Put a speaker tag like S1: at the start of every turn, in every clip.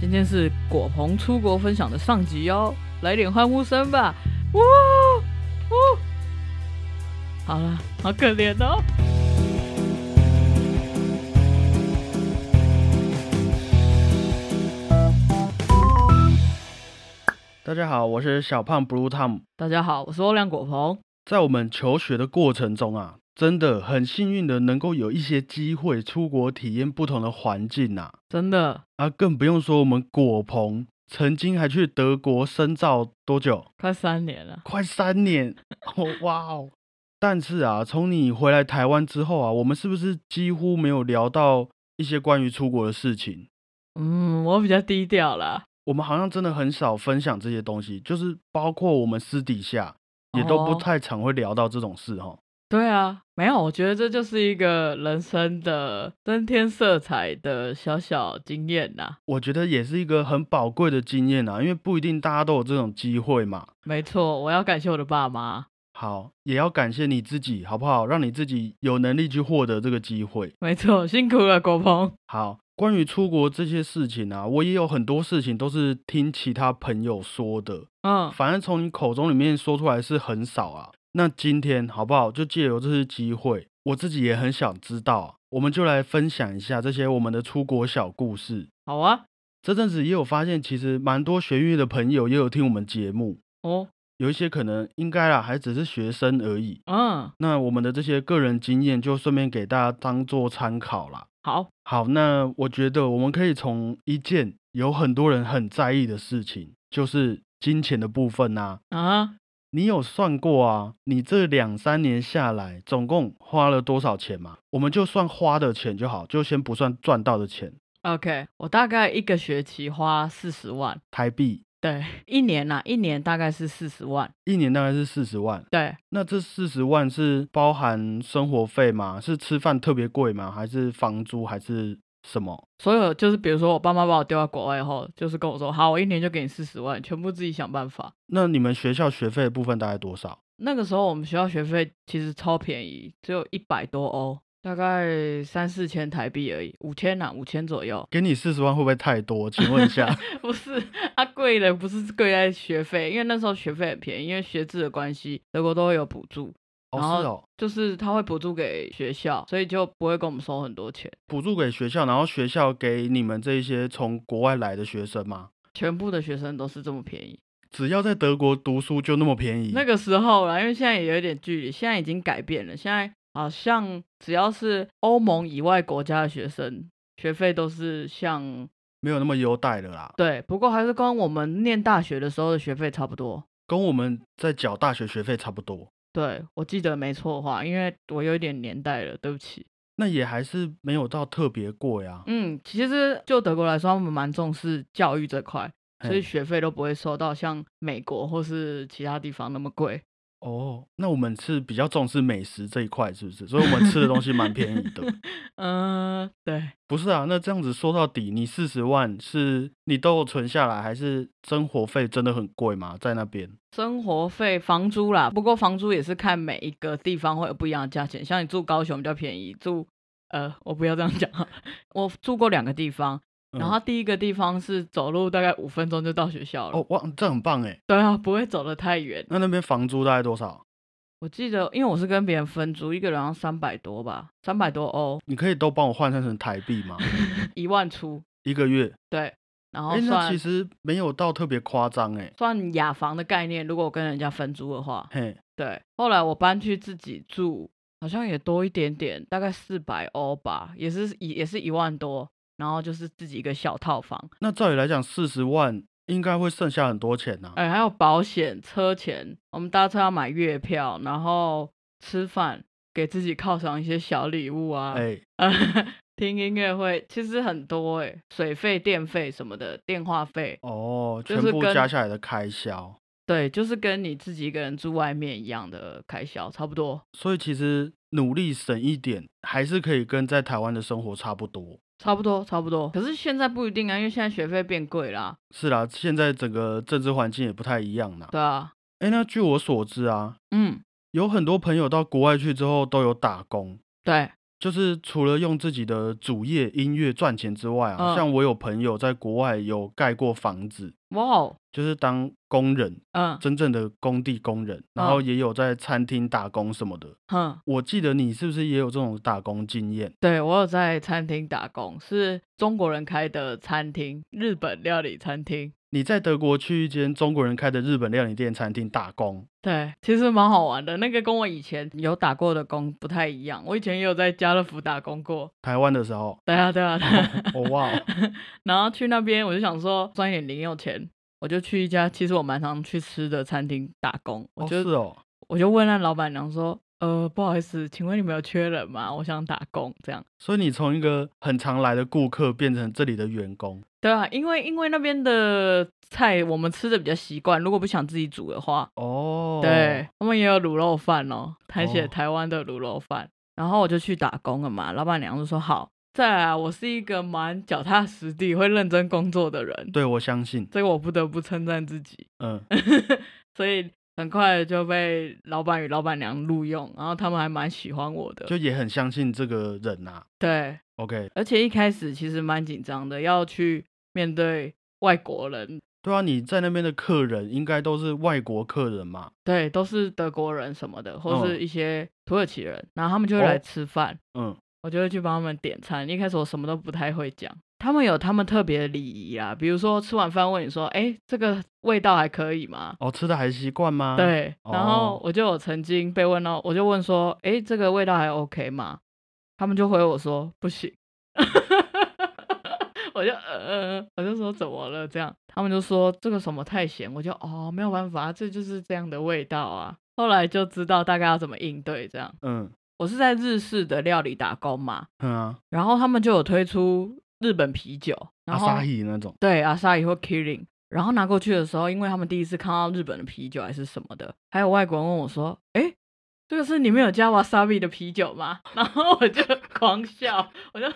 S1: 今天是果鹏出国分享的上集哦，来点欢呼声吧！哇哇！好了，好可怜哦。
S2: 大家好，我是小胖 Blue Tom。
S1: 大家好，我是欧亮果鹏。
S2: 在我们求学的过程中啊，真的很幸运的能够有一些机会出国体验不同的环境啊，
S1: 真的
S2: 啊，更不用说我们果鹏曾经还去德国深造多久？
S1: 快三年了，
S2: 快三年 哦，哇哦！但是啊，从你回来台湾之后啊，我们是不是几乎没有聊到一些关于出国的事情？
S1: 嗯，我比较低调啦，
S2: 我们好像真的很少分享这些东西，就是包括我们私底下也都不
S1: 哦
S2: 太常会聊到这种事哦哈。
S1: 对啊，没有，我觉得这就是一个人生的增添色彩的小小经验呐。
S2: 我觉得也是一个很宝贵的经验啊，因为不一定大家都有这种机会嘛。
S1: 没错，我要感谢我的爸妈。
S2: 好，也要感谢你自己，好不好？让你自己有能力去获得这个机会。
S1: 没错，辛苦了，果鹏。
S2: 好，关于出国这些事情啊，我也有很多事情都是听其他朋友说的，
S1: 嗯，
S2: 反正从你口中里面说出来是很少啊。那今天好不好？就借由这次机会，我自己也很想知道啊、我们就来分享一下这些我们的出国小故事。
S1: 好啊。
S2: 这阵子也有发现，其实蛮多学乐的朋友也有听我们节目，
S1: 哦，
S2: 有一些可能应该啦，还只是学生而已。
S1: 嗯，
S2: 那我们的这些个人经验就顺便给大家当做参考啦。
S1: 好，
S2: 好，那我觉得我们可以从一件有很多人很在意的事情，就是金钱的部分啊。
S1: 啊，
S2: 你有算过啊？你这两三年下来总共花了多少钱吗？我们就算花的钱就好，就先不算赚到的钱，
S1: OK，我大概一个学期花四十万，
S2: 台币
S1: 对，一年呐、一年大概是四十万，
S2: 一年大概是四十万。
S1: 对，
S2: 那这四十万是包含生活费吗？是吃饭特别贵吗？还是房租还是什么？
S1: 所有就是比如说我爸妈把我丢到国外后，就是跟我说，好，我一年就给你四十万，全部自己想办法。
S2: 那你们学校学费的部分大概多少？
S1: 那个时候我们学校学费其实超便宜，只有一百多欧，大概三四千台币而已，五千呐、五千左右。
S2: 给你四十万会不会太多？请问一下，
S1: 不是，它贵的不是贵在学费，因为那时候学费很便宜，因为学制的关系，德国都会有补助，
S2: 哦
S1: 然后
S2: 是哦，
S1: 就是他会补助给学校，所以就不会跟我们收很多钱，
S2: 补助给学校，然后学校给你们这一些从国外来的学生吗？
S1: 全部的学生都是这么便宜。
S2: 只要在德国读书就那么便宜？
S1: 那个时候啦，因为现在也有一点距离，现在已经改变了，现在好像只要是欧盟以外国家的学生，学费都是像
S2: 没有那么优待了啦，
S1: 对，不过还是跟我们念大学的时候的学费差不多。
S2: 跟我们在缴大学学费差不多。
S1: 对，我记得没错的话，因为我有一点年代了，对不起。
S2: 那也还是没有到特别贵啊。
S1: 嗯，其实就德国来说，他们蛮重视教育这块，所以
S2: 嘿
S1: 学费都不会收到像美国或是其他地方那么贵。
S2: 哦，那我们是比较重视美食这一块，是不是？所以我们吃的东西蛮便宜 的。
S1: 嗯、对，
S2: 不是啊，那这样子说到底，你四十万是你都有存下来，还是生活费真的很贵吗？在那边？
S1: 生活费、房租啦，不过房租也是看每一个地方会有不一样的价钱。像你住高雄比较便宜，住呃，我不要这样讲 啊，我住过两个地方，然
S2: 嗯
S1: 后第一个地方是走路大概五分钟就到学校了，
S2: 哦，哇，这很棒哎。
S1: 对啊，不会走得太远。
S2: 那那边房租大概多少？
S1: 我记得，因为我是跟别人分租，一个人要三百多吧，三百多欧，
S2: 你可以都帮我换算成台币吗？
S1: 一万出，
S2: 一个月？
S1: 对， 然后
S2: 哎，那
S1: 算、
S2: 其实没有到特别夸张哎。
S1: 算雅房的概念，如果我跟人家分租的话，
S2: 嘿，
S1: 对。后来我搬去自己住，好像也多一点点，大概四百欧吧，也是一也是一万多，然后就是自己一个小套房，
S2: 那照理来讲，四十万应该会剩下很多钱呐、
S1: 哎，还有保险、车钱，我们搭车要买月票，然后吃饭，给自己犒赏一些小礼物啊，
S2: 哎，
S1: 听音乐会，其实很多哎、水费、电费什么的，电话费，
S2: 哦，
S1: 就
S2: 全
S1: 是
S2: 部
S1: 跟
S2: 加下来的开销。
S1: 对，就是跟你自己一个人住外面一样的开销，差不多，
S2: 所以其实努力省一点，还是可以跟在台湾的生活差不多。
S1: 差不多，差不多。可是现在不一定啊，因为现在学费变贵啦，
S2: 是啦，现在整个政治环境也不太一样啦。
S1: 对啊，
S2: 哎，那据我所知啊，
S1: 嗯，
S2: 有很多朋友到国外去之后都有打工，
S1: 对，
S2: 就是除了用自己的主业音乐赚钱之外啊，
S1: 嗯
S2: 像我有朋友在国外有盖过房子，
S1: 哇哦，
S2: 就是当工人，
S1: 嗯
S2: 真正的工地工人，
S1: 嗯
S2: 然后也有在餐厅打工什么的。
S1: 哼，
S2: 我记得你是不是也有这种打工经验？
S1: 对我有在餐厅打工，是中国人开的餐厅，日本料理餐厅。
S2: 你在德国去一间中国人开的日本料理店餐厅打工，
S1: 对，其实蛮好玩的。那个跟我以前有打过的工不太一样，我以前也有在家乐福打工过。
S2: 台湾的时 候，
S1: 对啊，对啊，对 啊
S2: 哦哇哦，
S1: 然后去那边我就想说赚一点零用钱，我就去一家其实我蛮常去吃的餐厅打工。我
S2: 哦
S1: 就是
S2: 哦，
S1: 我就问那老板娘说：“呃，不好意思，请问你们有缺人吗？我想打工。”这样。
S2: 所以你从一个很常来的顾客变成这里的员工，
S1: 对啊，因为因为那边的菜我们吃的比较习惯，如果不想自己煮的话，
S2: 哦，
S1: 对，他们也有卤肉饭哦，台写
S2: 哦
S1: 台湾的卤肉饭。然后我就去打工了嘛，老板娘就说好。再来啊，我是一个蛮脚踏实地、会认真工作的人，
S2: 对我相信，
S1: 这个我不得不称赞自己。
S2: 嗯，
S1: 所以很快就被老板与老板娘录用，然后他们还蛮喜欢我的。
S2: 就也很相信这个人呐、
S1: 对，
S2: OK，
S1: 而且一开始其实蛮紧张的，要去面对外国人，
S2: 对啊，你在那边的客人应该都是外国客人嘛，
S1: 对，都是德国人什么的，或是
S2: 嗯
S1: 一些土耳其人，然后他们就会来
S2: 哦
S1: 吃饭。
S2: 嗯，
S1: 我就会去帮他们点餐。一开始我什么都不太会讲，他们有他们特别的礼仪啦，比如说吃完饭问你说：“哎、这个味道还可以吗？”
S2: 哦，吃的还习惯吗？，
S1: 对，然后
S2: 哦
S1: 我就有曾经被问到，我就问说：“哎、这个味道还 OK 吗？”他们就回我说：“不行。”我就呃，我就说怎么了？这样，他们就说这个什么太咸，我就哦没有办法，这就是这样的味道啊。后来就知道大概要怎么应对。这样，
S2: 嗯
S1: 我是在日式的料理打工嘛，
S2: 嗯啊，
S1: 然后他们就有推出日本啤酒，然
S2: 阿
S1: 后
S2: 萨伊那种，
S1: 对阿萨伊或 Kirin，然后拿过去的时候，因为他们第一次看到日本的啤酒还是什么的，还有外国人问我说：“哎，这个是你们有加 wasabi 的啤酒吗？” 然后我就狂笑，我就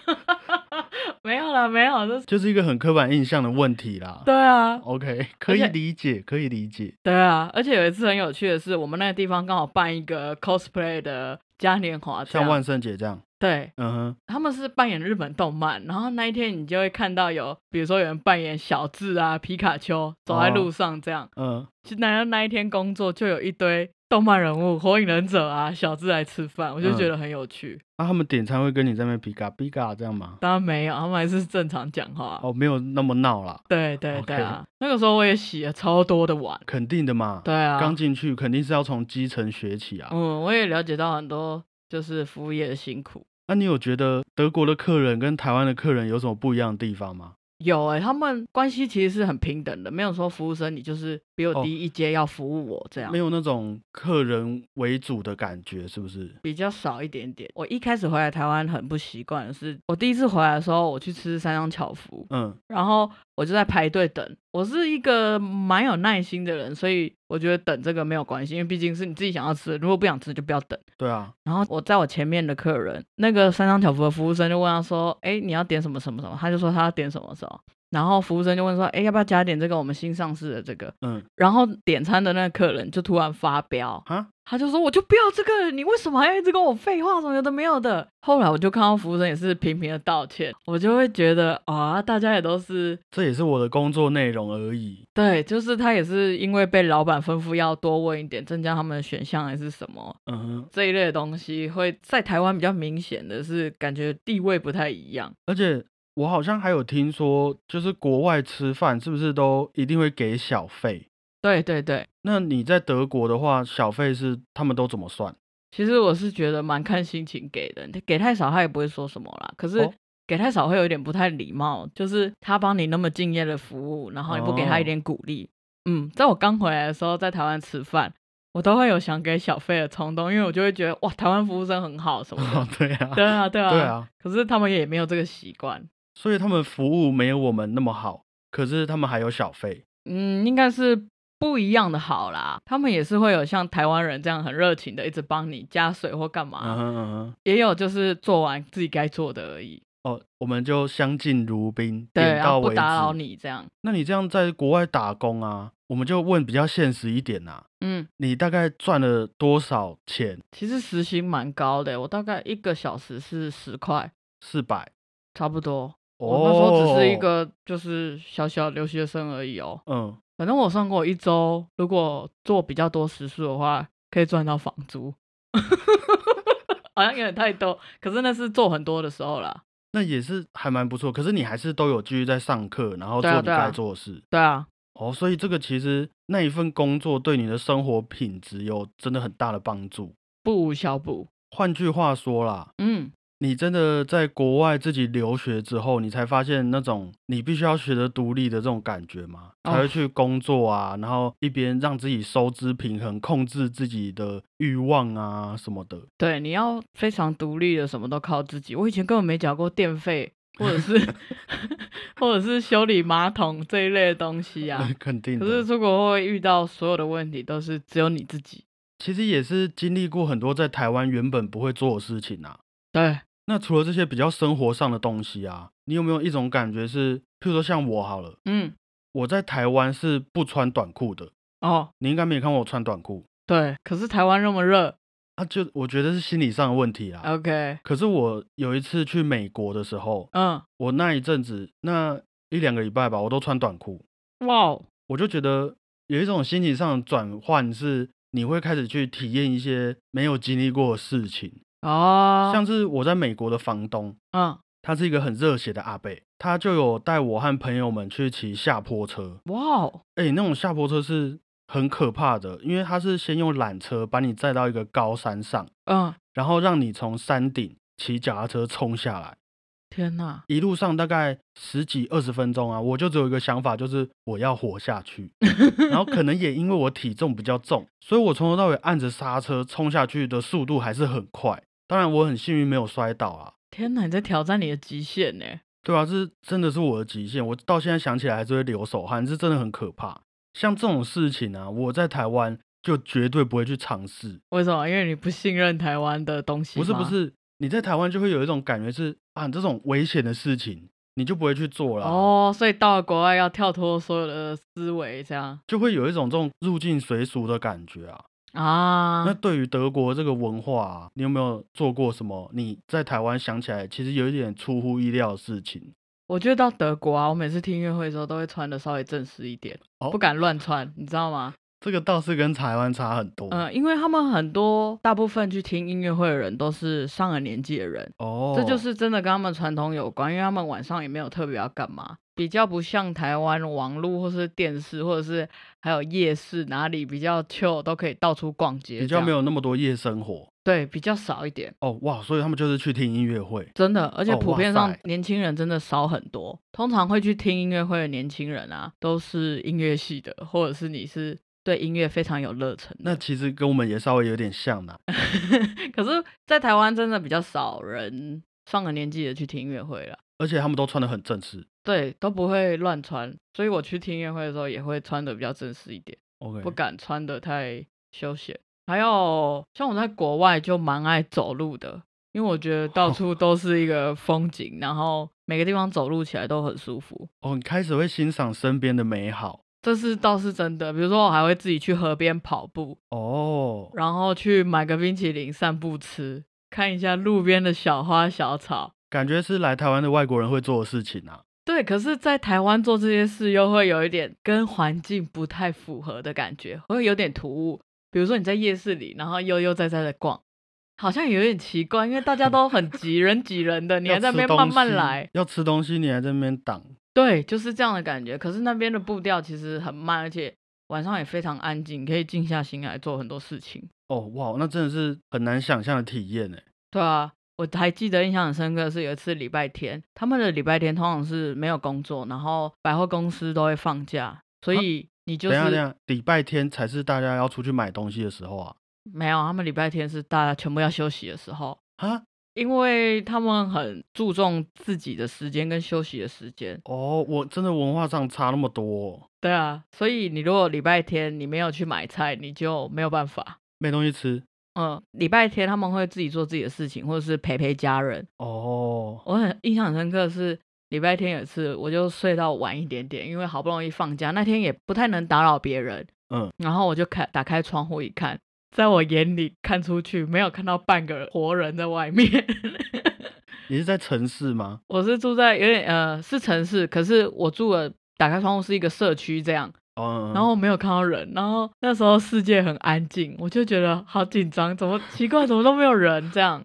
S1: 没有了，没有，就是
S2: 就是一个很刻板印象的问题啦。
S1: 对啊，
S2: OK，可以
S1: 且
S2: 理解，可以理解。
S1: 对啊。而且有一次很有趣的是，我们那个地方刚好办一个 cosplay 的嘉年华这样，
S2: 像万圣节这样，
S1: 对，
S2: 嗯哼，
S1: 他们是扮演日本动漫，然后那一天你就会看到有，比如说有人扮演小智啊、皮卡丘走
S2: 哦
S1: 在路上这样。
S2: 嗯，
S1: 其实那那一天工作就有一堆动漫人物、火影忍者啊、小智来吃饭，我就觉得
S2: 嗯
S1: 很有趣。
S2: 那、他们点餐会跟你在那边比嘎比嘎这样吗？
S1: 当然没有，他们还是正常讲话。
S2: 哦，没有那么闹啦，
S1: 对对对
S2: OK
S1: 啊那个时候我也洗了超多的碗。
S2: 肯定的嘛。
S1: 对啊，
S2: 刚进去肯定是要从基层学起啊。
S1: 嗯，我也了解到很多就是服务业的辛苦。
S2: 那、你有觉得德国的客人跟台湾的客人有什么不一样的地方吗？
S1: 有哎、他们关系其实是很平等的，没有说服务生你就是比我
S2: 哦
S1: 低一阶要服务我这样。
S2: 没有那种客人为主的感觉，是不是？
S1: 比较少一点点。我一开始回来台湾很不习惯的是，我第一次回来的时候，我去吃三张巧福，
S2: 嗯，
S1: 然后我就在排队等。我是一个蛮有耐心的人，所以我觉得等这个没有关系，因为毕竟是你自己想要吃的，如果不想吃就不要等。
S2: 对啊，
S1: 然后我在我前面的客人，那个三张巧福的服务生就问他说：“哎，你要点什么什么什么？”他就说他要点什么什么。然后服务生就问说：“哎，要不要加点这个我们新上市的这个
S2: 嗯？”
S1: 然后点餐的那个客人就突然发飙，
S2: 啊，
S1: 他就说我就不要这个，你为什么还要一直跟我废话？什么有的没有的。后来我就看到服务生也是频频的道歉，我就会觉得啊，大家也都是
S2: 这也是我的工作内容而已。
S1: 对，就是他也是因为被老板吩咐要多问一点，增加他们的选项还是什么
S2: 嗯哼，
S1: 这一类的东西，会在台湾比较明显的是感觉地位不太一样。
S2: 而且我好像还有听说，就是国外吃饭是不是都一定会给小费？
S1: 对对对，
S2: 那你在德国的话，小费是他们都怎么算？
S1: 其实我是觉得蛮看心情给的，你给太少他也不会说什么啦。可是
S2: 哦
S1: 给太少会有点不太礼貌，就是他帮你那么敬业的服务，然后你不给他一
S2: 哦
S1: 点鼓励。嗯，在我刚回来的时候，在台湾吃饭，我都会有想给小费的冲动，因为我就会觉得哇，台湾服务生很好什么
S2: 哦
S1: 的。，
S2: 对啊，
S1: 对啊，对啊，
S2: 对。啊，
S1: 可是他们也没有这个习惯。
S2: 所以他们服务没有我们那么好，可是他们还有小费。
S1: 嗯，应该是不一样的好啦。他们也是会有像台湾人这样很热情的，一直帮你加水或干嘛，
S2: 嗯哼嗯哼，
S1: 也有就是做完自己该做的而已。
S2: 哦，我们就相敬如宾，
S1: 对，
S2: 点
S1: 然后
S2: 到
S1: 不
S2: 为止。
S1: 打扰你这样。
S2: 那你这样在国外打工啊，我们就问比较现实一点呐、啊
S1: 嗯，
S2: 你大概赚了多少钱？
S1: 其实时薪蛮高的，我大概一个小时是十块，
S2: 四百。
S1: 差不多。
S2: 哦，
S1: 我那时候只是一，个就是小小留学生而已哦。
S2: 嗯，
S1: 反正我算过，一周如果做比较多时数的话，可以赚到房租， 好像有点太多。可是那是做很多的时候啦。
S2: 那也是还蛮不错。可是你还是都有继续在上课，然后
S1: 对
S2: 做
S1: 啊
S2: 你
S1: 对啊
S2: 该做的事。
S1: 对啊，
S2: 哦，所以这个其实那一份工作对你的生活品质有真的很大的帮助。
S1: 不无小补。
S2: 换句话说啦，
S1: 嗯，
S2: 你真的在国外自己留学之后，你才发现那种你必须要学得独立的这种感觉吗？才
S1: 哦
S2: 会去工作啊，然后一边让自己收支平衡，控制自己的欲望啊什么的。。
S1: 对，你要非常独立的，什么都靠自己。我以前根本没缴过电费，或者是 或者是修理马桶这一类的东西啊
S2: 肯定
S1: 可是
S2: 的。
S1: 出国会遇到所有的问题，都是只有你自己。
S2: 其实也是经历过很多在台湾原本不会做的事情啊。
S1: 对，
S2: 那除了这些比较生活上的东西啊，你有没有一种感觉是，譬如说像我好了，
S1: 嗯，
S2: 我在台湾是不穿短裤的，
S1: 哦，
S2: 你应该没有看过我穿短裤
S1: 对。可是台湾那么热
S2: 啊，就我觉得是心理上的问题啊
S1: 啊
S2: 啦。
S1: ，OK，
S2: 可是我有一次去美国的时候，
S1: 嗯，
S2: 我那一阵子那一两个礼拜吧，我都穿短裤，
S1: 哇哦，
S2: 我就觉得有一种心情上的转换是。你会开始去体验一些没有经历过的事情，
S1: 哦，
S2: 像是我在美国的房东，
S1: 嗯，
S2: 他是一个很热血的阿伯，他就有带我和朋友们去骑下坡车。
S1: 哇哦，
S2: 哎、那种下坡车是很可怕的，因为他是先用缆车把你载到一个高山上，
S1: 嗯，
S2: 然后让你从山顶骑脚踏车冲下来。
S1: 天哪，
S2: 一路上大概十几二十分钟啊，我就只有一个想法，就是我要活下 去。然后可能也因为我体重比较重，所以我从头到尾按着刹车冲下去的速度还是很快。当然，我很幸运没有摔倒啊。
S1: 天哪，你在挑战你的极限呢？
S2: 对啊，这真的是我的极限。我到现在想起来还是会流手汗，这真的很可怕。像这种事情啊，我在台湾就绝对不会去尝试。
S1: 为什么？因为你不信任台湾的东西
S2: 不是不
S1: 吗，
S2: 是，你在台湾就会有一种感觉是啊，这种危险的事情你就不会去做了，
S1: 哦，所以到了国外要跳脱所有的思维，这样
S2: 就会有一种这种入境随俗的感觉啊。那
S1: 啊，
S2: 对于德国这个文化、啊，你有没有做过什么你在台湾想起来其实有一点出乎意料的事情？
S1: 我觉得到德国啊，我每次听音乐会的时候都会穿的稍微正式一点，
S2: 哦
S1: 不敢乱穿，你知道吗？
S2: 这个倒是跟台湾差很多。
S1: 嗯、因为他们很多大部分去听音乐会的人都是上了年纪的人，
S2: 哦，
S1: 这就是真的跟他们传统有关，因为他们晚上也没有特别要干嘛，比较不像台湾网络或是电视或者是还有夜市哪里比较 chill 都可以到处逛街这样，
S2: 比较没有那么多夜生活。
S1: 对比较少一点。
S2: 哦，哇，所以他们就是去听音乐会，
S1: 真的，而且
S2: 哦
S1: 普
S2: 哇
S1: 遍上
S2: 塞
S1: 年轻人真的少很多。通常会去听音乐会的年轻人啊，都是音乐系的，或者是你是对音乐非常有热忱
S2: 那
S1: 的。
S2: 其实跟我们也稍微有点像啦。
S1: 可是，在台湾真的比较少人上了年纪的去听音乐会了，
S2: 而且他们都穿得很正式。
S1: 对，都不会乱穿。所以我去听音乐会的时候，也会穿的比较正式一点，
S2: OK，
S1: 不敢穿的太休闲。还有，像我在国外就蛮爱走路的，因为我觉得到处都是一个风景，然后每个地方走路起来都很舒服。
S2: 哦，你开始会欣赏身边的美好。
S1: 这是倒是真的。比如说，我还会自己去河边跑步，
S2: 哦，
S1: 然后去买个冰淇淋散步吃，看一下路边的小花小草。
S2: 感觉是来台湾的外国人会做的事情啊。
S1: 对，可是，在台湾做这些事又会有一点跟环境不太符合的感觉，会有点突兀。比如说你在夜市里，然后悠悠哉哉的逛，好像有点奇怪，因为大家都很急，人挤人的，你
S2: 要
S1: 还在那
S2: 吃
S1: 边
S2: 东
S1: 慢慢
S2: 西
S1: 来。，
S2: 要吃东西你还在那边挡。
S1: 对，就是这样的感觉。可是那边的步调其实很慢，而且晚上也非常安静，可以静下心来做很多事情。
S2: 哦，哇，那真的是很难想象的体验欸诶。
S1: 对啊，我还记得印象很深刻是有一次礼拜天，他们的礼拜天通常是没有工作，然后百货公司都会放假，所
S2: 啊
S1: 以你就
S2: 等一下，等
S1: 是
S2: 一下，礼拜天才是大家要出去买东西的时候啊。
S1: 没有，他们礼拜天是大家全部要休息的时候，
S2: 啊，
S1: 因为他们很注重自己的时间跟休息的时间。
S2: 哦，我真的文化上差那么多、哦
S1: 对啊，所以你如果礼拜天你没有去买菜，你就没有办法。
S2: 没东西吃。
S1: 嗯，礼拜天他们会自己做自己的事情，或者是陪陪家人。
S2: 哦，
S1: 我很印象很深刻是礼拜天有一次，我就睡到晚一点点，因为好不容易放假，那天也不太能打扰别人。
S2: 嗯，
S1: 然后我就开打开窗户一看，在我眼里看出去没有看到半个活人在外面。
S2: 你是在城市吗？
S1: 我是住在有点呃是城市，可是我住的打开窗户是一个社区这样，
S2: 嗯，
S1: 然后没有看到人，然后那时候世界很安静，我就觉得好紧张，怎么奇怪，怎么都没有人这样？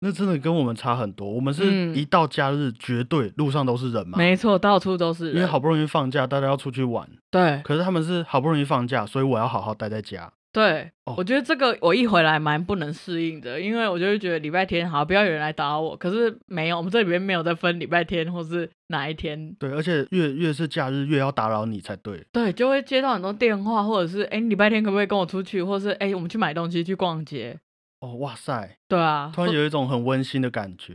S2: 那真的跟我们差很多。我们是
S1: 嗯
S2: 一到假日，绝对路上都是人嘛，
S1: 没错，到处都是
S2: 因为
S1: 人。
S2: 好不容易放假，大家要出去玩。
S1: 对
S2: 可是他们是好不容易放假，所以我要好好待在家。
S1: 对、
S2: 哦
S1: 我觉得这个我一回来蛮不能适应的，因为我就会觉得礼拜天好不要有人来打扰我，可是没有，我们这里面没有在分礼拜天或是哪一天。
S2: 对，而且越越是假日，越要打扰你才对。
S1: 对，就会接到很多电话，或者是哎，诶你礼拜天可不可以跟我出去，或是哎，诶我们去买东西，去逛街。
S2: 哦，哇塞，
S1: 对啊，
S2: 突然
S1: 或
S2: 有一种很温馨的感觉。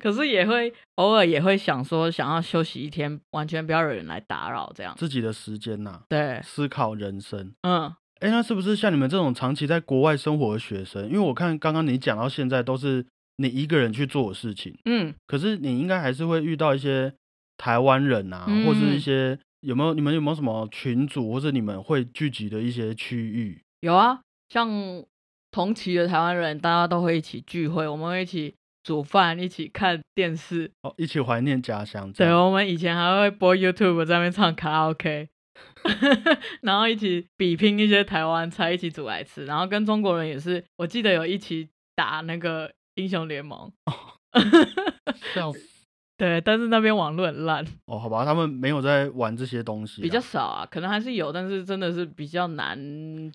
S1: 可是也会偶尔也会想说，想要休息一天，完全不要有人来打扰，这样。
S2: 自己的时间呐、
S1: 对，
S2: 思考人生。
S1: 嗯，
S2: 哎，那是不是像你们这种长期在国外生活的学生？因为我看刚刚你讲到现在都是你一个人去做的事情，
S1: 嗯，
S2: 可是你应该还是会遇到一些台湾人啊，或是一
S1: 嗯
S2: 些有没有你们有没有什么群组，或是你们会聚集的一些区域？
S1: 有啊，像同期的台湾人，大家都会一起聚会，我们会一起煮饭，一起看电视。
S2: 哦，一起怀念家乡这
S1: 对，哦
S2: 样。
S1: 我们以前还会播 YouTube 在那边唱卡拉 OK，然后一起比拼一些台湾菜，一起煮来吃。然后跟中国人也是，我记得有一起打那个英雄联盟。
S2: 哦笑死。
S1: 对，但是那边网络很烂，
S2: 哦，好吧，他们没有在玩这些东西啊，
S1: 比较少啊，可能还是有，但是真的是比较难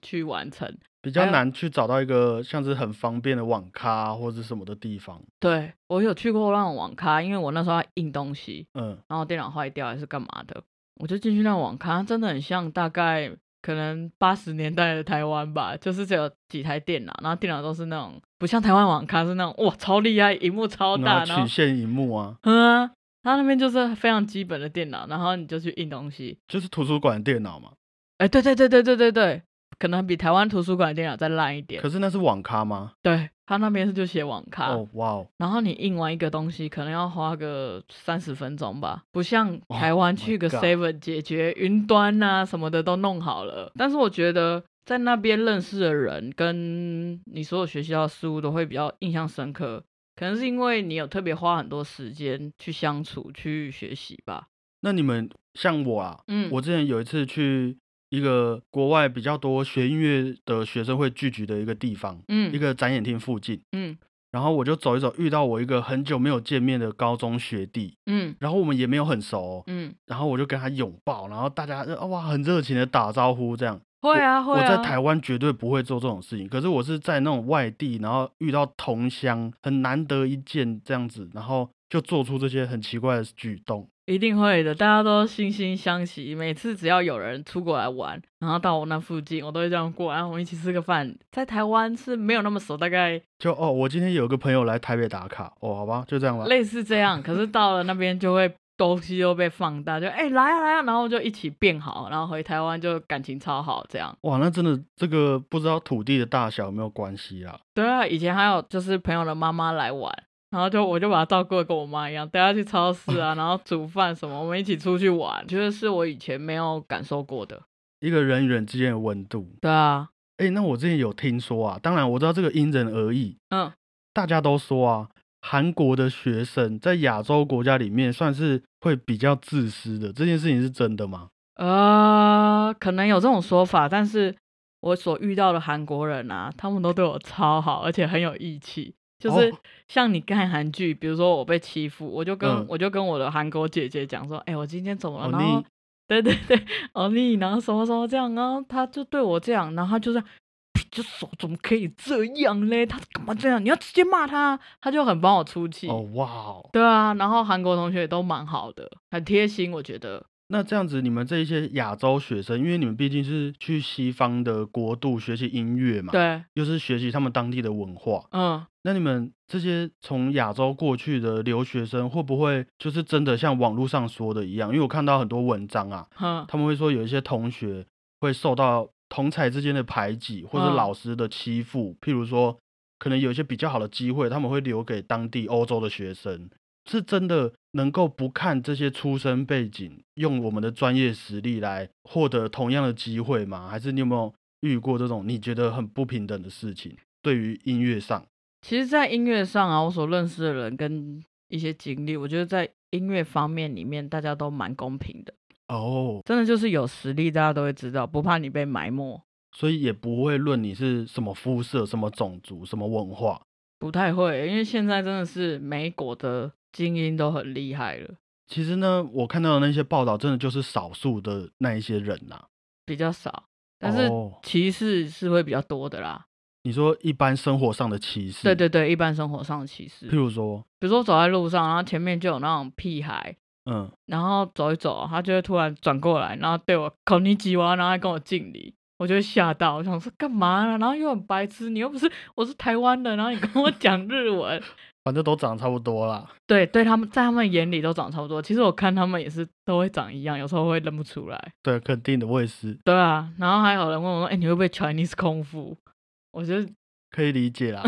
S1: 去完成。
S2: 比较
S1: 还有
S2: 难去找到一个像是很方便的网咖啊或者什么的地方。
S1: 对我有去过那种网咖，因为我那时候要印东西，
S2: 嗯，
S1: 然后电脑坏掉还是干嘛的，我就进去那网咖，真的很像大概可能八十年代的台湾吧，就是只有几台电脑，然后电脑都是那种不像台湾网咖是那种哇超厉害，荧幕超
S2: 然
S1: 大，然
S2: 后
S1: 后
S2: 曲线荧幕啊，
S1: 嗯、啊，然后那边就是非常基本的电脑，然后你就去印东西，
S2: 就是图书馆的电脑嘛。
S1: 哎，对对对对对对对，可能比台湾图书馆的电脑再烂一点啊
S2: 可，是那是网咖吗？
S1: 对他那边是就写网咖，
S2: 哦，哇哦，
S1: 然后你印完一个东西，可能要花个三十分钟吧，不像台
S2: 哦，Oh my
S1: 湾去个
S2: God
S1: Seven 解决云端啊什么的都弄好了。但是我觉得在那边认识的人，跟你所有学习到的事物都会比较印象深刻。可能是因为你有特别花很多时间去相处、去学习吧。
S2: 那你们像我啊，
S1: 嗯，
S2: 我之前有一次去一个国外比较多学音乐的学生会聚集的一个地方，
S1: 嗯
S2: 一个展演厅附近，
S1: 嗯
S2: 然后我就走一走，遇到我一个很久没有见面的高中学弟，
S1: 嗯
S2: 然后我们也没有很熟哦、
S1: 嗯，
S2: 然后我就跟他拥抱，然后大家呃哇很热情的打招呼这样。
S1: 会啊
S2: 我
S1: 会啊。
S2: 在台湾绝对不会做这种事情，可是我是在那种外地，然后遇到同乡，很难得一见这样子，然后就做出这些很奇怪的举动。
S1: 一定会的，大家都惺惺相惜。每次只要有人出国来玩，然后到我那附近，我都会这样过，然后我们一起吃个饭。在台湾是没有那么熟，大概
S2: 就哦，我今天有个朋友来台北打卡，哦，好吧，就这样吧。
S1: 类似这样。可是到了那边就会东西又被放大，就哎、来啊来啊，然后就一起变好，然后回台湾就感情超好这样。
S2: 哇，那真的这个不知道土地的大小有没有关系啦？
S1: 对啊，以前还有就是朋友的妈妈来玩，然后就我就把她照顾的跟我妈一样，带她去超市啊，然后煮饭什么，我们一起出去玩，觉得是我以前没有感受过的。
S2: 一个人与人之间的温度。
S1: 对啊，
S2: 哎，那我之前有听说啊，当然我知道这个因人而异，
S1: 嗯，
S2: 大家都说啊，韩国的学生在亚洲国家里面算是会比较自私的，这件事情是真的吗？
S1: 呃，可能有这种说法，但是我所遇到的韩国人啊，他们都对我超好，而且很有义气。就是
S2: 哦
S1: 像你看韩剧，比如说我被欺负，我就跟、
S2: 嗯
S1: 我就跟我的韩国姐姐讲说，哎、我今天怎么了？
S2: 哦
S1: 然
S2: 你
S1: 后对对对，哦你，然后什么什么这样，然后他就对我这样，然后他就这样，你这手怎么可以这样嘞？他干嘛这样？你要直接骂他，他就很帮我出气。
S2: 哦，哇哦，
S1: 对啊，然后韩国同学也都蛮好的，很贴心，我觉得。
S2: 那这样子，你们这一些亚洲学生，因为你们毕竟是去西方的国度学习音乐嘛，，
S1: 对，
S2: 又是学习他们当地的文化，
S1: 嗯。
S2: 那你们这些从亚洲过去的留学生，会不会就是真的像网络上说的一样？因为我看到很多文章啊，
S1: 哼，
S2: 他们会说有一些同学会受到同才之间的排挤，或者
S1: 嗯
S2: 老师的欺负，譬如说，可能有一些比较好的机会，他们会留给当地欧洲的学生，是真的能够不看这些出身背景，用我们的专业实力来获得同样的机会吗？还是你有没有遇过这种你觉得很不平等的事情？对于音乐上，
S1: 其实，在音乐上啊，我所认识的人跟一些经历，我觉得在音乐方面里面，大家都蛮公平的。
S2: 哦，
S1: 真的就是有实力，大家都会知道，不怕你被埋没，
S2: 所以也不会论你是什么肤色、什么种族、什么文化。
S1: 不太会。因为现在真的是美国的精英都很厉害了，
S2: 其实呢，我看到的那些报道，真的就是少数的那一些人呐、
S1: 比较少，但是
S2: 哦
S1: 歧视是会比较多的啦。
S2: 你说一般生活上的歧视，
S1: 对对，对，一般生活上的歧视，
S2: 譬如说，
S1: 比如说我走在路上，然后前面就有那种屁孩，
S2: 嗯，
S1: 然后走一走，他就会突然转过来，然后对我口尼基哇，然后还跟我敬礼，我就会吓到，我想说干嘛啊呢？然后又很白痴，你又不是我是台湾的，然后你跟我 讲日文，
S2: 反正都长得差不多啦。
S1: 对对，他们在他们眼里都长差不多。其实我看他们也是都会长一样，有时候会认不出来。
S2: 对，肯定的，我也是
S1: 对啊，然后还有人问我说：“哎、你会不会 Chinese 空腹？”我觉得
S2: 可以 理解啦。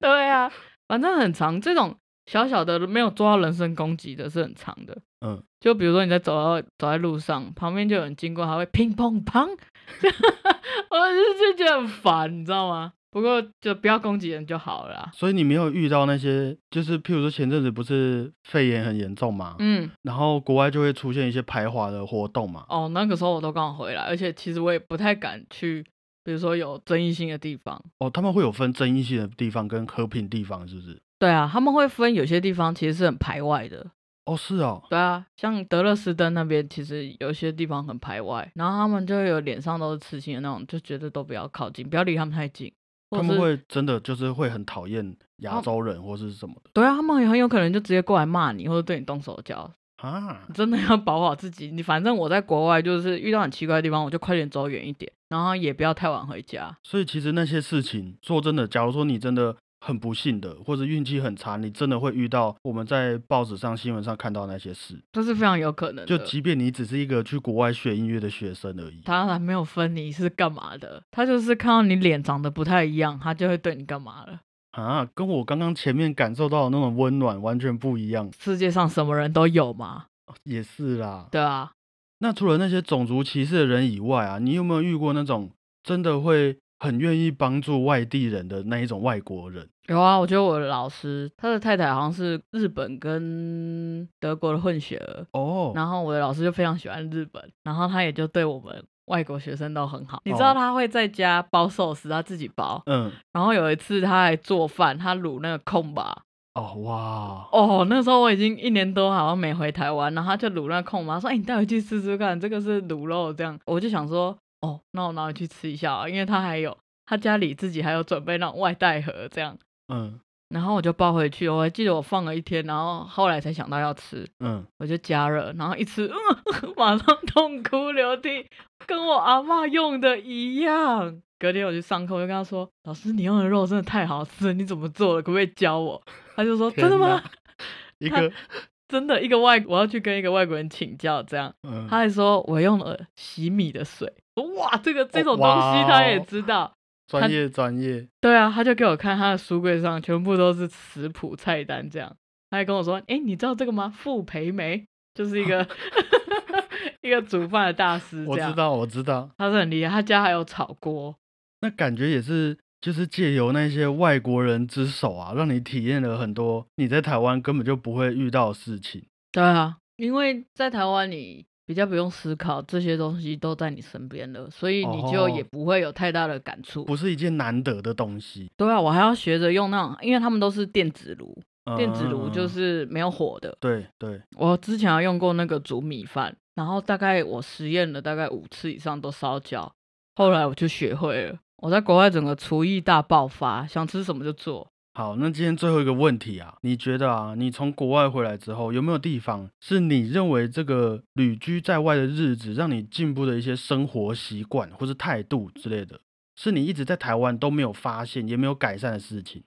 S1: 对啊，反正很长，这种小小的没有做到人身攻击的是很长的。
S2: 嗯，
S1: 就比如说你在走到走在路上，旁边就有人经过，还会乒乓乓， 我就就觉得很烦，你知道吗？不过就不要攻击人就好了啦。
S2: 所以你没有遇到那些，就是譬如说前阵子不是肺炎很严重嘛，
S1: 嗯，
S2: 然后国外就会出现一些排华的活动嘛。
S1: 哦，那个时候我都刚回来，而且其实我也不太敢去，比如说有争议性的地方。
S2: 哦，他们会有分争议性的地方跟和平地方，是不是？
S1: 对啊，他们会分有些地方其实是很排外的，
S2: 哦，是哦，
S1: 对啊，像德勒斯登那边，其实有些地方很排外，然后他们就有脸上都是刺青的那种，就觉得都不要靠近，不要离他们太近。或
S2: 他
S1: 者
S2: 们
S1: 是
S2: 会真的就是会很讨厌亚
S1: 哦
S2: 洲人或是什么的
S1: 对啊，他们也很有可能就直接过来骂你，或者对你动手脚。
S2: 啊
S1: 你？真的要保护好自己。你反正我在国外就是遇到很奇怪的地方，我就快点走远一点，然后也不要太晚回家。
S2: 所以其实那些事情，说真的，假如说你真的很不幸的，或者运气很差，你真的会遇到我们在报纸上、新闻上看到那些事。
S1: 这是非常有可能的。
S2: 就即便你只是一个去国外学音乐的学生而已，
S1: 他还没有分你是干嘛的，他就是看到你脸长得不太一样，他就会对你干嘛了。
S2: 啊，跟我刚刚前面感受到的那种温暖完全不一样，
S1: 世界上什么人都有嘛，
S2: 也是啦。
S1: 对啊，
S2: 那除了那些种族歧视的人以外啊，你有没有遇过那种真的会很愿意帮助外地人的那一种外国人？
S1: 有啊，我觉得我的老师，他的太太好像是日本跟德国的混血儿，
S2: 哦，
S1: 然后我的老师就非常喜欢日本，然后他也就对我们外国学生都很好。你知道他会在家包寿司，他自己包，
S2: 嗯，
S1: 然后有一次他还做饭，他卤那个空吧。
S2: 哦哇，
S1: 哦，那时候我已经一年多好像没回台湾，然后他就卤那个空吧，他说：“哎、你带回去吃吃看，这个是卤肉这样。”我就想说：“哦，那我拿回去吃一下啊，因为他还有他家里自己还有准备那种外带盒这样。”
S2: 嗯
S1: 然后我就抱回去，我还记得我放了一天，然后后来才想到要吃，
S2: 嗯，
S1: 我就加热，然后一吃，嗯， 马上痛哭流涕，跟我阿嬷用的一样。隔天我去上课，我就跟他说：“老师，你用的肉真的太好吃了，你怎么做的？可不可以教我？”他就说：“真的
S2: 天
S1: 吗
S2: 哪？一
S1: 他
S2: 个
S1: 真的，一个外我要去跟一个外国人请教，这样。”
S2: 嗯
S1: 他还说：“我用了洗米的水。”哇，这个这
S2: 哦
S1: 种东西他也
S2: 哇哦
S1: 知道。他
S2: 专业专业，
S1: 对啊，他就给我看他的书柜上全部都是食谱菜单，这样，他还跟我说：“哎、你知道这个吗？傅培梅就是一 个 一个煮饭的大师，
S2: 我
S1: 这样
S2: 知，道我知道，
S1: 他是很厉害，他家还有炒锅，
S2: 那感觉也是。就是借由那些外国人之手啊，让你体验了很多你在台湾根本就不会遇到的事情。
S1: 对啊，因为在台湾你比较不用思考，这些东西都在你身边了，所以你就也
S2: 哦
S1: 不会有太大的感触。
S2: 不是一件难得的东西。
S1: 对啊，我还要学着用那种，因为他们都是电子炉，电子炉就
S2: 嗯
S1: 是没有火的，
S2: 对对，
S1: 我之前有用过那个煮米饭，然后大概我实验了大概五次以上都烧焦，后来我就学会了。我在国外整个厨艺大爆发，想吃什么就做。
S2: 好，那今天最后一个问题啊，你觉得啊，你从国外回来之后，有没有地方是你认为这个旅居在外的日子让你进步的一些生活习惯或是态度之类的，是你一直在台湾都没有发现也没有改善的事情？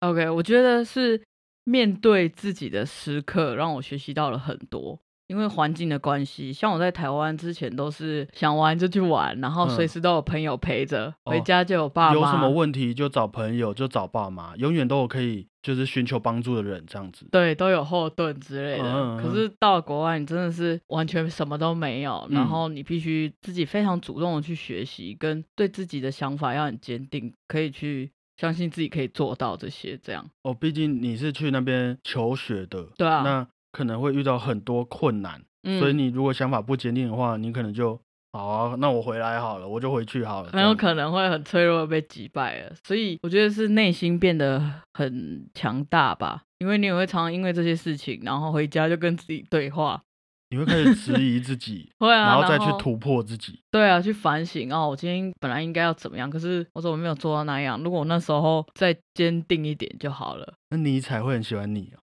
S1: OK，我觉得是面对自己的时刻，让我学习到了很多。因为环境的关系，像我在台湾之前都是想玩就去玩，然后随
S2: 嗯
S1: 时都有朋友陪着，回
S2: 哦
S1: 家就有爸妈。
S2: 有什么问题就找朋友，就找爸妈，永远都有可以就是寻求帮助的人，这样子。
S1: 对，都有后盾之类的。
S2: 嗯嗯
S1: 可
S2: 嗯
S1: 是到了国外，你真的是完全什么都没有，然
S2: 嗯
S1: 后你必须自己非常主动的去学习，跟对自己的想法要很坚定，可以去相信自己可以做到这些。这样，
S2: 哦，毕竟你是去那边求学的，
S1: 对啊
S2: 那可能会遇到很多困难，
S1: 嗯，
S2: 所以你如果想法不坚定的话，你可能就好啊，那我回来好了，我就回去好了，这
S1: 很有
S2: 样子
S1: 可能会很脆弱地被击败了。所以我觉得是内心变得很强大吧，因为你也会常常因为这些事情，然后回家就跟自己对话。
S2: 你会开始质疑自 己，
S1: 会啊，
S2: 然后再去
S1: 然后
S2: 突破自己。
S1: 对啊，去反省哦，我今天本来应该要怎么样，可是我怎么没有做到那样？如果我那时候再坚定一点就好了，
S2: 那尼采会很喜欢你、哦，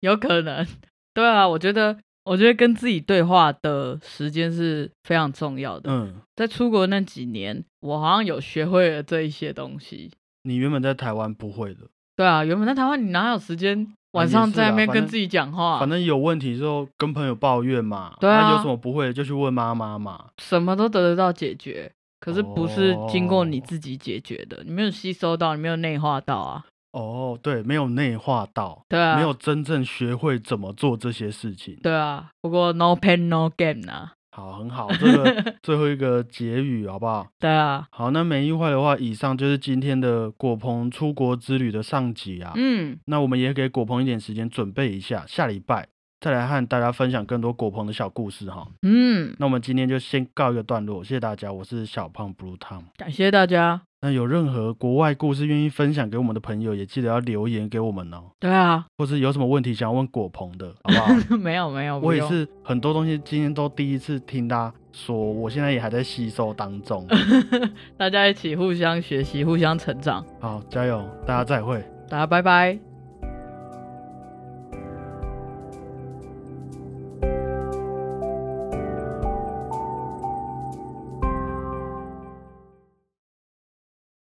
S1: 有可能。对啊，我觉得，我觉得跟自己对话的时间是非常重要的。
S2: 嗯，
S1: 在出国那几年，我好像有学会了这一些东西。
S2: 你原本在台湾不会的，
S1: 对啊，原本在台湾，你哪有时间晚
S2: 啊也
S1: 上
S2: 是
S1: 在那
S2: 啦
S1: 边
S2: 反
S1: 跟
S2: 正
S1: 自己讲话？
S2: 反正有问题就跟朋友抱怨嘛，
S1: 对
S2: 那
S1: 啊
S2: 有什么不会的就去问妈妈嘛，
S1: 什么都得得到解决，可是不是经过你
S2: 哦
S1: 自己解决的，你没有吸收到，你没有内化到啊。
S2: 哦，对，没有内化到，
S1: 对啊，
S2: 没有真正学会怎么做这些事情。
S1: 对啊，不过 no pain no gain 啊。
S2: 好，很好，这个最后一个结语好不好？
S1: 对啊，
S2: 好，那没意外的话，以上就是今天的果鹏出国之旅的上集啊。
S1: 嗯，
S2: 那我们也给果鹏一点时间准备一下，下礼拜再来和大家分享更多果鹏的小故事哈。
S1: 嗯，
S2: 那我们今天就先告一个段落，谢谢大家，我是小胖 Blue Tom。
S1: 感谢大家。
S2: 那有任何国外故事愿意分享给我们的朋友，也记得要留言给我们哦，
S1: 对啊，
S2: 或是有什么问题想要问果鹏的，好不好？
S1: 没有没有，不
S2: 我也
S1: 用。
S2: 是很多东西今天都第一次听他说，我现在也还在吸收当中。
S1: 大家一起互相学习，互相成长。
S2: 好，加油，大家再会。
S1: 大家拜拜。